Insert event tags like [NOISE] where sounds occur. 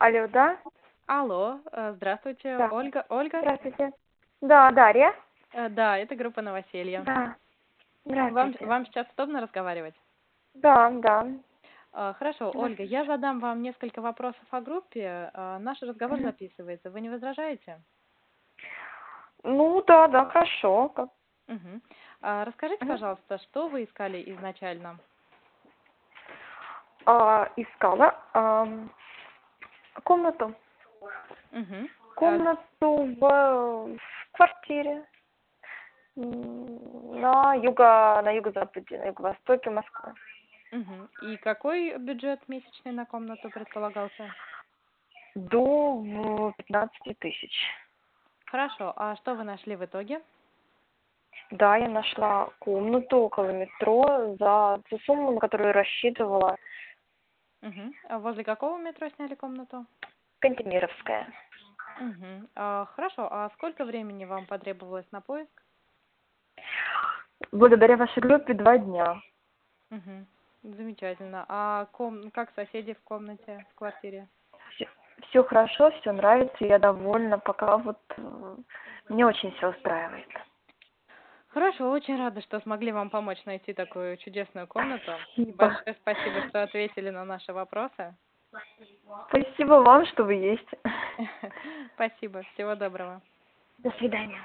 Алло, да? Алло, э, здравствуйте, Да. Ольга. Ольга? Здравствуйте. Да, Дарья? Э, Да, это группа «Новоселье». Да. Вам, Здравствуйте. вам сейчас удобно разговаривать? Да, да. Э, Хорошо, Да. Ольга, я задам вам несколько вопросов о группе. Э, Наш разговор Мгм. записывается. Вы не возражаете? Ну, да, да, хорошо. Как- Мгм. А, Расскажите, Мгм. пожалуйста, что вы искали изначально? а, искала ам, комнату. Мгм. Э, Комнату в, в квартире М, на юго, на юго-западе, на юго-востоке Москвы. Э, мгм. И какой бюджет месячный на комнату предполагался? До в, 15 тысяч. Хорошо, а что вы нашли в итоге? Да, я нашла комнату около метро за ту сумму, на которую рассчитывала, Мгм. А Возле какого метро сняли комнату? Кантемировская. Мгм. А, Хорошо, а сколько времени вам потребовалось на поиск? Благодаря вашей группе два дня. Мгм. Замечательно. А ком... как соседи в комнате, в квартире? Все, хорошо, все нравится, я довольна, пока вот э, мне очень все устраивает. Хорошо, очень рада, что смогли вам помочь найти такую чудесную комнату. Спасибо. Большое спасибо, что ответили на наши вопросы. [LAUGHS] Спасибо вам, что вы есть. Спасибо, всего доброго. [LAUGHS] До свидания.